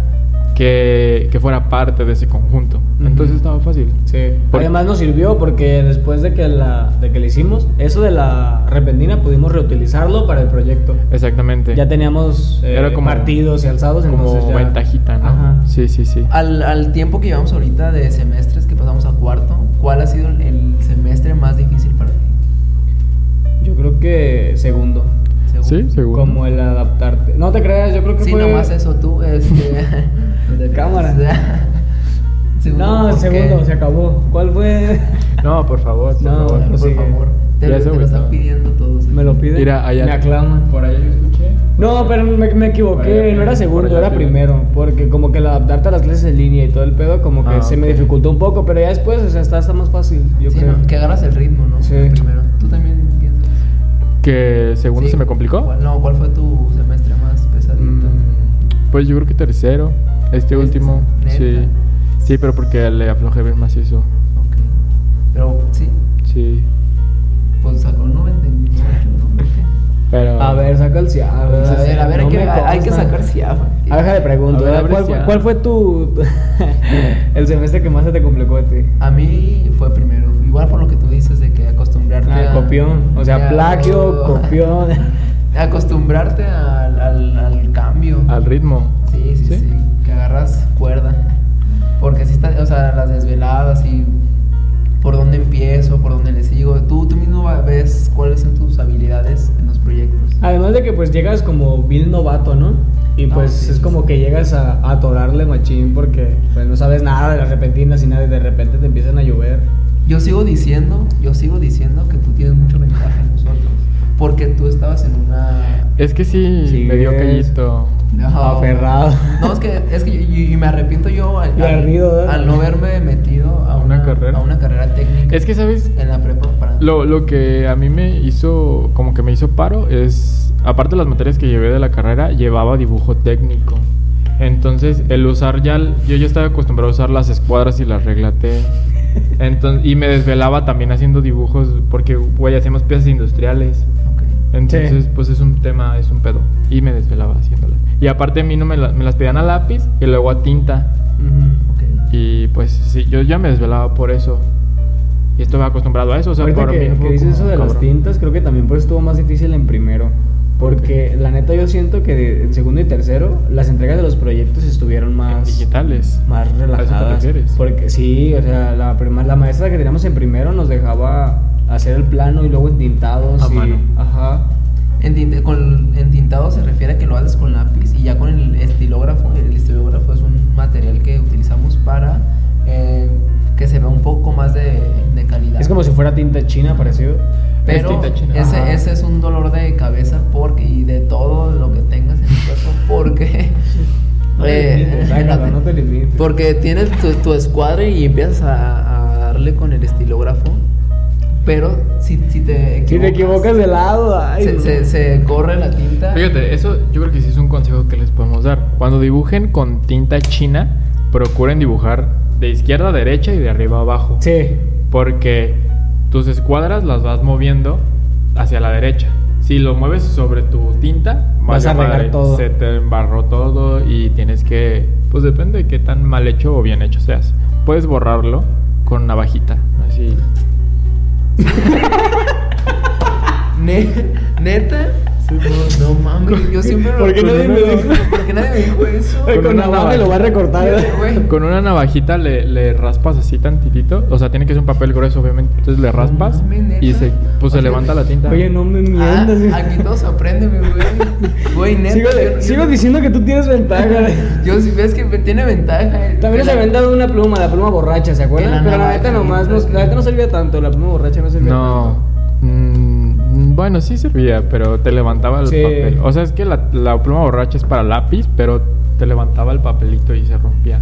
[SPEAKER 1] que, que fuera parte de ese conjunto.
[SPEAKER 2] Ujú.
[SPEAKER 1] Entonces estaba fácil.
[SPEAKER 2] Sí.
[SPEAKER 1] Por-
[SPEAKER 2] Además nos sirvió porque después de que la de que le hicimos, eso de la repentina pudimos reutilizarlo para el proyecto.
[SPEAKER 1] Exactamente.
[SPEAKER 2] Ya teníamos eh,
[SPEAKER 1] Este, Era como-
[SPEAKER 2] partidos y alzados,
[SPEAKER 1] como
[SPEAKER 2] entonces ya-
[SPEAKER 1] ventajita, ¿no?
[SPEAKER 2] Ajá. Ah.
[SPEAKER 1] Sí, sí, sí.
[SPEAKER 3] Al, al tiempo que llevamos ahorita de semestres que pasamos a cuarto, ¿cuál ha sido el- el semestre más difícil para ti?
[SPEAKER 2] Yo creo que segundo,
[SPEAKER 3] Según-
[SPEAKER 1] Sí, seguro.
[SPEAKER 2] como el adaptarte. No te creas, yo creo que
[SPEAKER 3] Sí,
[SPEAKER 2] fue
[SPEAKER 3] nomás eso
[SPEAKER 2] [LAUGHS]
[SPEAKER 3] tú, este.
[SPEAKER 2] De
[SPEAKER 3] [LAUGHS]
[SPEAKER 2] cámara.
[SPEAKER 3] Segundo,
[SPEAKER 2] No,
[SPEAKER 3] ¿por pues, qué?
[SPEAKER 2] segundo, se acabó. ¿Cuál fue? [LAUGHS]
[SPEAKER 1] No, por favor, por
[SPEAKER 2] No,
[SPEAKER 1] favor.
[SPEAKER 3] Por
[SPEAKER 2] Sigue.
[SPEAKER 3] favor, te,
[SPEAKER 1] Ya
[SPEAKER 3] lo-
[SPEAKER 1] se
[SPEAKER 3] te lo
[SPEAKER 1] agüitó.
[SPEAKER 3] están pidiendo todos. ¿eh?
[SPEAKER 2] Me lo piden.
[SPEAKER 1] Mira, allá-
[SPEAKER 2] Me aclaman.
[SPEAKER 1] Por ahí yo escuché.
[SPEAKER 2] No, pero me, me
[SPEAKER 1] Por
[SPEAKER 2] equivoqué,
[SPEAKER 1] allá
[SPEAKER 2] no era
[SPEAKER 1] primero, por
[SPEAKER 2] segundo,
[SPEAKER 1] allá
[SPEAKER 2] era
[SPEAKER 1] primero.
[SPEAKER 2] primero, porque como que el adaptarte a las clases en línea y todo el pedo, como que
[SPEAKER 1] Ah,
[SPEAKER 2] se me
[SPEAKER 1] ok.
[SPEAKER 2] dificultó un poco, pero ya después, o sea, está, está más fácil, yo
[SPEAKER 3] Sí,
[SPEAKER 2] creo.
[SPEAKER 3] ¿no? Que agarras el ritmo, ¿no?
[SPEAKER 2] Sí.
[SPEAKER 3] Primero. ¿Tú también piensas?
[SPEAKER 1] Que segundo
[SPEAKER 3] Sí.
[SPEAKER 1] se me complicó.
[SPEAKER 3] ¿Cuál- no, ¿cuál fue tu semestre más pesadito?
[SPEAKER 1] Mm, Pues yo creo que tercero. Este
[SPEAKER 3] Este,
[SPEAKER 1] último.
[SPEAKER 3] neta.
[SPEAKER 1] Sí. Sí, pero porque le aflojé bien macizo.
[SPEAKER 3] Ok. Pero sí,
[SPEAKER 1] Sí.
[SPEAKER 3] pues sacó 98, ¿no? ¿Por qué?
[SPEAKER 1] Pero.
[SPEAKER 2] A ver, saca el CIAF.
[SPEAKER 3] a ver, a ver, hay, que, hay que sacar
[SPEAKER 2] CIAF.
[SPEAKER 3] CIAFA.
[SPEAKER 2] A ver, déjale
[SPEAKER 1] A
[SPEAKER 2] pregunto,
[SPEAKER 1] ver,
[SPEAKER 2] ¿eh?
[SPEAKER 1] abre
[SPEAKER 2] ¿cuál,
[SPEAKER 1] el
[SPEAKER 2] fue-
[SPEAKER 1] CIAF.
[SPEAKER 2] cuál fue tu. [LAUGHS] el semestre que más se te complicó a ti?
[SPEAKER 3] A mí fue primero. Igual por lo que tú dices de que acostumbrarte
[SPEAKER 2] Ah,
[SPEAKER 3] a.
[SPEAKER 2] copión. O sea,
[SPEAKER 3] a-
[SPEAKER 2] plagio, copión.
[SPEAKER 3] [LAUGHS] Acostumbrarte al, al, al cambio.
[SPEAKER 1] Al ritmo.
[SPEAKER 3] Sí, sí,
[SPEAKER 1] ¿Sí?
[SPEAKER 3] sí, Que agarras cuerda. Porque si está, o sea, las desveladas y por dónde empiezo, por dónde le sigo. Tú, tú mismo va- ves cuáles son tus habilidades en los proyectos.
[SPEAKER 2] Además de que pues llegas como bien novato, ¿no? Y
[SPEAKER 3] No,
[SPEAKER 2] pues
[SPEAKER 3] sí,
[SPEAKER 2] es
[SPEAKER 3] sí,
[SPEAKER 2] como
[SPEAKER 3] sí.
[SPEAKER 2] que llegas a, a atorarle machín porque pues no sabes nada de las repentinas y nada y de repente te empiezan a llover.
[SPEAKER 3] Yo sigo diciendo, yo sigo diciendo que tú tienes mucha ventaja en nosotros. Porque tú estabas en una.
[SPEAKER 1] Es que sí,
[SPEAKER 2] Sí,
[SPEAKER 1] me dio
[SPEAKER 2] es.
[SPEAKER 1] callito.
[SPEAKER 2] Aferrado.
[SPEAKER 3] No, es que, es que yo- y, y me arrepiento yo al,
[SPEAKER 2] Y
[SPEAKER 3] al-
[SPEAKER 2] ardido, ¿verdad?
[SPEAKER 3] al no verme metido a
[SPEAKER 1] Una carrera.
[SPEAKER 3] a una carrera técnica.
[SPEAKER 1] Es que, ¿sabes?
[SPEAKER 3] en la prepa para.
[SPEAKER 1] Lo, lo que a mí me hizo, como que me hizo paro, es, aparte de las materias que llevé de la carrera, llevaba dibujo técnico. Entonces, el usar ya, el- yo ya estaba acostumbrado a usar las escuadras y las regla T. Entonces, y me desvelaba también haciendo dibujos, porque, güey, hacíamos piezas industriales.
[SPEAKER 3] Ok.
[SPEAKER 1] Entonces,
[SPEAKER 2] Sí.
[SPEAKER 1] pues es un tema, es un pedo. Y me desvelaba haciéndolas. Y aparte a mí no me, la- me las pedían a lápiz y luego a tinta.
[SPEAKER 3] Ok.
[SPEAKER 1] Y pues sí, yo ya me desvelaba por eso. Y estoy acostumbrado a eso, o sea,
[SPEAKER 2] Ahorita
[SPEAKER 1] por
[SPEAKER 2] que,
[SPEAKER 1] mí
[SPEAKER 2] que
[SPEAKER 1] fue
[SPEAKER 2] dices
[SPEAKER 1] como,
[SPEAKER 2] eso de las
[SPEAKER 1] cabrón.
[SPEAKER 2] tintas, creo que también por eso estuvo más difícil en primero. Porque la neta yo siento que de- en segundo y tercero las entregas de los proyectos estuvieron
[SPEAKER 1] En
[SPEAKER 2] más...
[SPEAKER 1] digitales.
[SPEAKER 2] más relajadas.
[SPEAKER 1] refieres?
[SPEAKER 2] Porque sí, o sea, la, prima- la maestra que teníamos en primero nos dejaba hacer el plano y luego entintados.
[SPEAKER 1] A
[SPEAKER 2] y-
[SPEAKER 1] mano.
[SPEAKER 2] Ajá.
[SPEAKER 3] Entinte- con- entintado se refiere a que lo haces con lápiz y ya con el estilógrafo. El estilógrafo es un material que utilizamos para eh, que se vea un poco más de, de calidad.
[SPEAKER 2] Es como si fuera tinta china, parecido.
[SPEAKER 1] Es
[SPEAKER 3] Pero
[SPEAKER 1] tinta china.
[SPEAKER 2] Este Ajá.
[SPEAKER 3] ese, ese es un dolor de cabeza porque y de todo lo que tengas en el cuerpo
[SPEAKER 2] [LAUGHS]
[SPEAKER 3] porque
[SPEAKER 2] No te
[SPEAKER 3] eh,
[SPEAKER 2] limites, sácalo, no te limites.
[SPEAKER 3] porque tienes tu, tu escuadra y empiezas a, a darle con el estilógrafo, pero si, si te equivocas,
[SPEAKER 2] Si te equivocas de lado, ay,
[SPEAKER 3] se,
[SPEAKER 2] no.
[SPEAKER 3] se- se corre la tinta.
[SPEAKER 1] Fíjate, eso yo creo que sí es un consejo que les podemos dar. Cuando dibujen con tinta china, procuren dibujar de izquierda a derecha y de arriba a abajo.
[SPEAKER 2] Sí.
[SPEAKER 1] Porque tus escuadras las vas moviendo hacia la derecha. Si lo mueves sobre tu tinta,
[SPEAKER 2] Vas
[SPEAKER 1] vale
[SPEAKER 2] a regar
[SPEAKER 1] madre,
[SPEAKER 2] todo.
[SPEAKER 1] Se te embarró todo y tienes que. Pues depende de qué tan mal hecho o bien hecho seas. Puedes borrarlo con navajita.
[SPEAKER 2] [CLEARS THROAT]
[SPEAKER 1] Así.
[SPEAKER 3] Ne- ¿Neta? no, mames, yo siempre lo
[SPEAKER 2] ¿Por qué nadie me dijo?
[SPEAKER 3] ¿Por qué nadie me dijo eso?
[SPEAKER 2] Ay, Con,
[SPEAKER 1] una
[SPEAKER 2] la mano
[SPEAKER 1] navaja.
[SPEAKER 2] lo va a recortar.
[SPEAKER 3] Fíjate, güey.
[SPEAKER 1] Con una navajita le, le raspas así tantitito. O sea, tiene que ser un papel grueso, obviamente. Entonces le raspas
[SPEAKER 3] mames, ¿neta?
[SPEAKER 1] y se, pues, se
[SPEAKER 3] Oye,
[SPEAKER 1] levanta la tinta.
[SPEAKER 2] Oye, no me
[SPEAKER 3] Ah,
[SPEAKER 2] mientas.
[SPEAKER 3] aquí todo se aprende, mi güey. Güey, neta.
[SPEAKER 2] sigo,
[SPEAKER 3] yo- yo-
[SPEAKER 2] sigo diciendo que tú tienes ventaja.
[SPEAKER 3] Yo si ves que me tiene ventaja. eh.
[SPEAKER 2] También nos
[SPEAKER 3] Que la-
[SPEAKER 2] aventaron una pluma, la pluma borracha, ¿se
[SPEAKER 3] Que
[SPEAKER 2] acuerdan?
[SPEAKER 3] la pues.
[SPEAKER 2] Pero la
[SPEAKER 3] navaja,
[SPEAKER 2] neta nomás, no- la neta no servía tanto, la pluma borracha no servía
[SPEAKER 1] No.
[SPEAKER 2] tanto.
[SPEAKER 1] Mm, bueno, sí servía, pero te levantaba el
[SPEAKER 2] Sí.
[SPEAKER 1] papel. O sea, es que la, la pluma borracha es para lápiz, pero te levantaba el papelito y se rompía.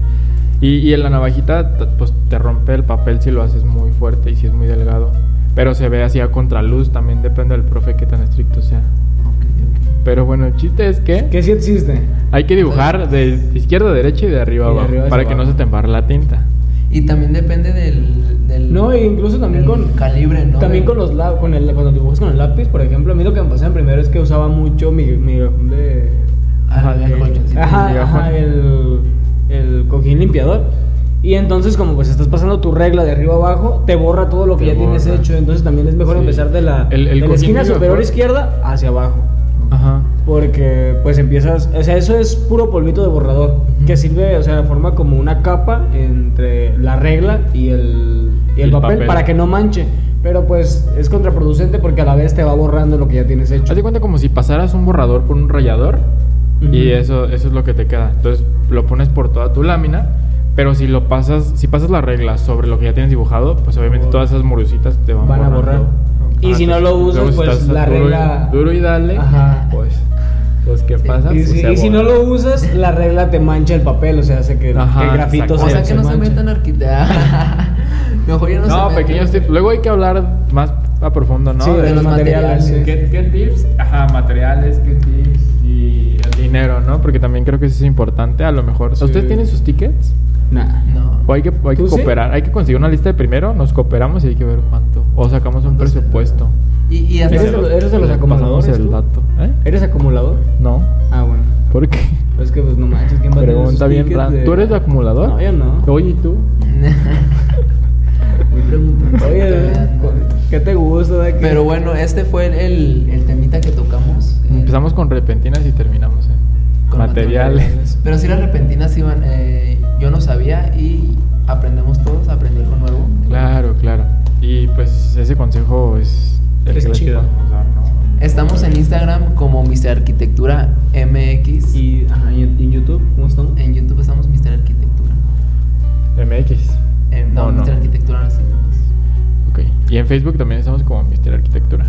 [SPEAKER 1] Y, y en la navajita, t- pues te rompe el papel si lo haces muy fuerte y si es muy delgado. Pero se ve así a contraluz, también depende del profe que tan estricto sea.
[SPEAKER 3] Ok, ok.
[SPEAKER 1] Pero bueno, el chiste es que
[SPEAKER 2] Que sí existe.
[SPEAKER 1] hay que dibujar de izquierda a derecha y de arriba a
[SPEAKER 2] Y de
[SPEAKER 1] abajo
[SPEAKER 2] arriba hacia
[SPEAKER 1] para que no
[SPEAKER 2] abajo.
[SPEAKER 1] se te embarre la tinta.
[SPEAKER 3] Y también depende del. del
[SPEAKER 2] No, e incluso también
[SPEAKER 3] del
[SPEAKER 2] con-
[SPEAKER 3] Calibre, ¿no?
[SPEAKER 2] También
[SPEAKER 3] Del-
[SPEAKER 2] con los la- con el, cuando dibujas con el lápiz, por ejemplo, a mí lo que me pasaba en primero es que usaba mucho mi, mi gafón de...
[SPEAKER 3] Ah, el
[SPEAKER 1] Ajá,
[SPEAKER 3] colchoncito.
[SPEAKER 2] Ajá,
[SPEAKER 1] mi
[SPEAKER 2] ajá,
[SPEAKER 1] gafón.
[SPEAKER 2] el, el cojín limpiador. Y entonces como pues estás pasando tu regla de arriba abajo, te borra todo lo que
[SPEAKER 1] Te
[SPEAKER 2] ya tienes
[SPEAKER 1] borra.
[SPEAKER 2] hecho. Entonces también es mejor
[SPEAKER 1] Sí.
[SPEAKER 2] empezar de la,
[SPEAKER 1] El- el
[SPEAKER 2] de la
[SPEAKER 1] cojín
[SPEAKER 2] esquina
[SPEAKER 1] limpiador.
[SPEAKER 2] superior izquierda hacia abajo.
[SPEAKER 1] Ajá.
[SPEAKER 2] Porque pues empiezas, o sea, eso es puro polvito de borrador,
[SPEAKER 1] Ujú.
[SPEAKER 2] que sirve, o sea, forma como una capa entre la regla y el, y el
[SPEAKER 1] El
[SPEAKER 2] papel,
[SPEAKER 1] papel.
[SPEAKER 2] para que no manche. Pero pues es contraproducente porque a la vez te va borrando lo que ya tienes hecho.
[SPEAKER 1] Haz de cuenta como si pasaras un borrador por un rayador y
[SPEAKER 2] Ujú.
[SPEAKER 1] eso, eso es lo que te queda. Entonces lo pones por toda tu lámina, pero si lo pasas, si pasas las reglas sobre lo que ya tienes dibujado, pues obviamente
[SPEAKER 2] Oh.
[SPEAKER 1] todas esas morusitas te van,
[SPEAKER 2] Van a
[SPEAKER 1] borrando.
[SPEAKER 2] borrar. Y si no lo usas,
[SPEAKER 1] luego si
[SPEAKER 2] pues,
[SPEAKER 1] estás
[SPEAKER 2] la
[SPEAKER 1] duro y-
[SPEAKER 2] regla-
[SPEAKER 1] Duro y dale,
[SPEAKER 2] Ajá.
[SPEAKER 1] pues, pues ¿qué pasa?
[SPEAKER 2] Y
[SPEAKER 1] Pues,
[SPEAKER 2] si,
[SPEAKER 1] se
[SPEAKER 2] y si no
[SPEAKER 1] borra.
[SPEAKER 2] lo usas, la regla te mancha el papel, o sea, hace que,
[SPEAKER 1] Ajá,
[SPEAKER 2] que el grafito
[SPEAKER 1] exacto.
[SPEAKER 2] se
[SPEAKER 3] O sea que no se
[SPEAKER 2] manche.
[SPEAKER 3] metan arquitectos. [LAUGHS] Mejor ya no, se
[SPEAKER 1] No,
[SPEAKER 3] metan.
[SPEAKER 1] pequeños tips. Luego hay que hablar más a profundo, ¿no?
[SPEAKER 2] Sí, de
[SPEAKER 3] los materiales,
[SPEAKER 2] sí.
[SPEAKER 1] ¿Qué, qué tips? Ajá, materiales, qué tips y el dinero, ¿no? Porque también creo que eso es importante, a lo mejor.
[SPEAKER 2] Sí.
[SPEAKER 1] ¿Ustedes tienen sus tickets?
[SPEAKER 2] Nah.
[SPEAKER 3] No.
[SPEAKER 1] O hay que, o hay que
[SPEAKER 2] ¿Tú sí?
[SPEAKER 1] cooperar, hay que conseguir una lista de primero, nos cooperamos y hay que ver cuánto. O sacamos un
[SPEAKER 3] ¿Cuánto se-
[SPEAKER 1] presupuesto.
[SPEAKER 3] Y, y hasta.
[SPEAKER 2] ¿Eres de los, eres de los
[SPEAKER 1] Le
[SPEAKER 2] acumuladores?
[SPEAKER 1] pasamos el
[SPEAKER 2] tú?
[SPEAKER 1] dato, ¿eh?
[SPEAKER 2] ¿Eres acumulador?
[SPEAKER 1] No,
[SPEAKER 2] Ah, bueno.
[SPEAKER 1] ¿por qué?
[SPEAKER 2] Es que pues no manches, ¿quién va a tener
[SPEAKER 1] Pregunta
[SPEAKER 2] esos
[SPEAKER 1] bien
[SPEAKER 2] tickets
[SPEAKER 1] rara.
[SPEAKER 2] de-
[SPEAKER 1] ¿Tú eres de acumulador?
[SPEAKER 2] No, yo no.
[SPEAKER 1] Oye, ¿y
[SPEAKER 2] [LAUGHS]
[SPEAKER 1] tú?
[SPEAKER 3] Muy preguntón. [LAUGHS]
[SPEAKER 2] Oye, ¿qué te gusta? de aquí?
[SPEAKER 3] Pero bueno, este fue el, el, el temita que tocamos. El-
[SPEAKER 1] Empezamos con repentinas y terminamos en
[SPEAKER 3] con
[SPEAKER 1] materiales.
[SPEAKER 3] materiales. Pero si las repentinas iban, eh, yo no sabía y aprendemos todos a aprender algo nuevo.
[SPEAKER 1] Claro, claro. Y pues ese consejo es el
[SPEAKER 2] Es
[SPEAKER 1] que les
[SPEAKER 2] chido.
[SPEAKER 1] queremos dar, ¿no?
[SPEAKER 3] Estamos en Instagram como Mr. Arquitectura MX.
[SPEAKER 2] ¿Y, ajá, ¿y en, y en YouTube? ¿Cómo están?
[SPEAKER 3] en YouTube estamos Mr. Arquitectura.
[SPEAKER 1] MX.
[SPEAKER 3] Eh, no,
[SPEAKER 1] No, no.
[SPEAKER 3] Mr. Arquitectura no sé nomás.
[SPEAKER 1] Ok. Y en Facebook también estamos como Mister Arquitectura.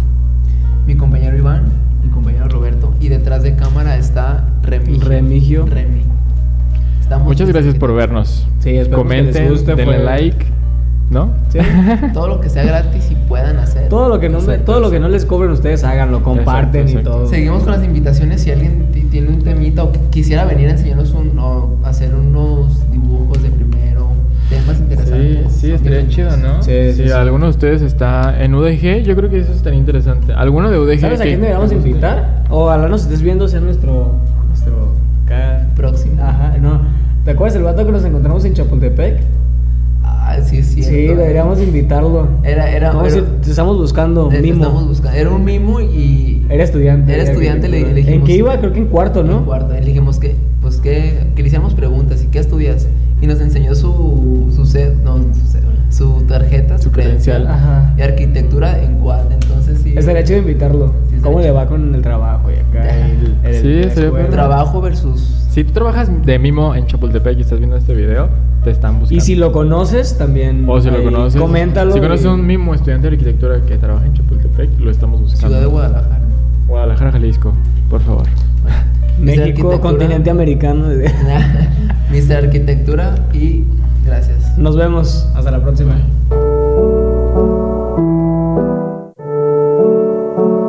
[SPEAKER 3] Mi compañero Iván, mi compañero Roberto. Y detrás de cámara está Remigio.
[SPEAKER 2] Remigio.
[SPEAKER 3] Remi. Estamos
[SPEAKER 1] Muchas
[SPEAKER 3] Mr.
[SPEAKER 1] gracias por
[SPEAKER 3] Arquitectura.
[SPEAKER 1] vernos.
[SPEAKER 2] Sí, esperemos que
[SPEAKER 1] Comenten,
[SPEAKER 2] les guste,
[SPEAKER 1] denle
[SPEAKER 2] fue-
[SPEAKER 1] like, ¿no? [LAUGHS]
[SPEAKER 2] Sí.
[SPEAKER 3] Todo lo que sea gratis y puedan hacer.
[SPEAKER 2] Todo lo que no, me-
[SPEAKER 3] Exacto,
[SPEAKER 2] todo lo que no les cobren ustedes, háganlo, comparten
[SPEAKER 1] Exacto,
[SPEAKER 2] y todo.
[SPEAKER 3] Seguimos con las invitaciones. Si alguien ti- tiene un temita o qui- quisiera venir a enseñarnos un, o hacer unos dibujos de primero, temas
[SPEAKER 1] Sí,
[SPEAKER 3] interesantes.
[SPEAKER 1] sí,
[SPEAKER 3] son
[SPEAKER 1] estaría
[SPEAKER 3] bienvenidos.
[SPEAKER 1] chido, ¿no?
[SPEAKER 2] Sí, sí,
[SPEAKER 1] si
[SPEAKER 2] sí.
[SPEAKER 1] alguno de ustedes está en UDG, yo creo que eso estaría interesante. ¿Alguno de UDG?
[SPEAKER 2] ¿Sabes a
[SPEAKER 1] que-
[SPEAKER 2] quién deberíamos invitar? O a la nos estés viendo ser nuestro... Nuestro... acá-
[SPEAKER 3] Próximo.
[SPEAKER 2] Ajá, no. ¿Te acuerdas del vato que nos encontramos en Chapultepec?
[SPEAKER 3] Ah, Ah, sí, es cierto.
[SPEAKER 2] Sí,
[SPEAKER 3] eh.
[SPEAKER 2] deberíamos invitarlo.
[SPEAKER 3] Era, era,
[SPEAKER 2] Vamos a
[SPEAKER 3] era-
[SPEAKER 2] decir, te estamos buscando
[SPEAKER 3] eh,
[SPEAKER 2] un mimo.
[SPEAKER 3] estamos buscando. Era un mimo y.
[SPEAKER 2] Era estudiante.
[SPEAKER 3] Era
[SPEAKER 2] de
[SPEAKER 3] estudiante, le-
[SPEAKER 2] arquitectura.
[SPEAKER 3] le
[SPEAKER 2] ¿En
[SPEAKER 3] dijimos-
[SPEAKER 2] qué iba? Creo que en cuarto, ¿no?
[SPEAKER 3] En cuarto, le dijimos que, pues que, que le hiciéramos preguntas y qué estudias. Y nos enseñó su, su, ced- no, su, cédula, su tarjeta,
[SPEAKER 1] Su credencial.
[SPEAKER 2] Ajá.
[SPEAKER 3] Y arquitectura en cuarto, entonces sí.
[SPEAKER 2] Estaría chido invitarlo.
[SPEAKER 3] Sí, estaría
[SPEAKER 2] ¿Cómo le
[SPEAKER 3] chido.
[SPEAKER 2] va con el trabajo y acá?
[SPEAKER 3] [LAUGHS] Ajá.
[SPEAKER 2] el- el-
[SPEAKER 1] Sí,
[SPEAKER 2] la
[SPEAKER 1] sería
[SPEAKER 2] escuela?
[SPEAKER 1] perro.
[SPEAKER 3] Trabajo versus.
[SPEAKER 1] Si tú trabajas de mimo en Chapultepec y estás viendo este video, te están buscando.
[SPEAKER 2] Y si lo conoces, también.
[SPEAKER 1] O si lo
[SPEAKER 2] ahí,
[SPEAKER 1] conoces.
[SPEAKER 2] Coméntalo.
[SPEAKER 1] Si conoces
[SPEAKER 2] y-
[SPEAKER 1] a un mimo estudiante de arquitectura que trabaja en Chapultepec, lo estamos buscando.
[SPEAKER 3] Ciudad de Guadalajara.
[SPEAKER 1] Guadalajara, Jalisco, por favor.
[SPEAKER 3] Bueno, Mr.
[SPEAKER 2] México,
[SPEAKER 3] Arquitectura.
[SPEAKER 2] continente
[SPEAKER 3] [LAUGHS]
[SPEAKER 2] americano.
[SPEAKER 3] Mr. Arquitectura y gracias.
[SPEAKER 2] Nos vemos. Hasta la próxima.
[SPEAKER 1] Bye.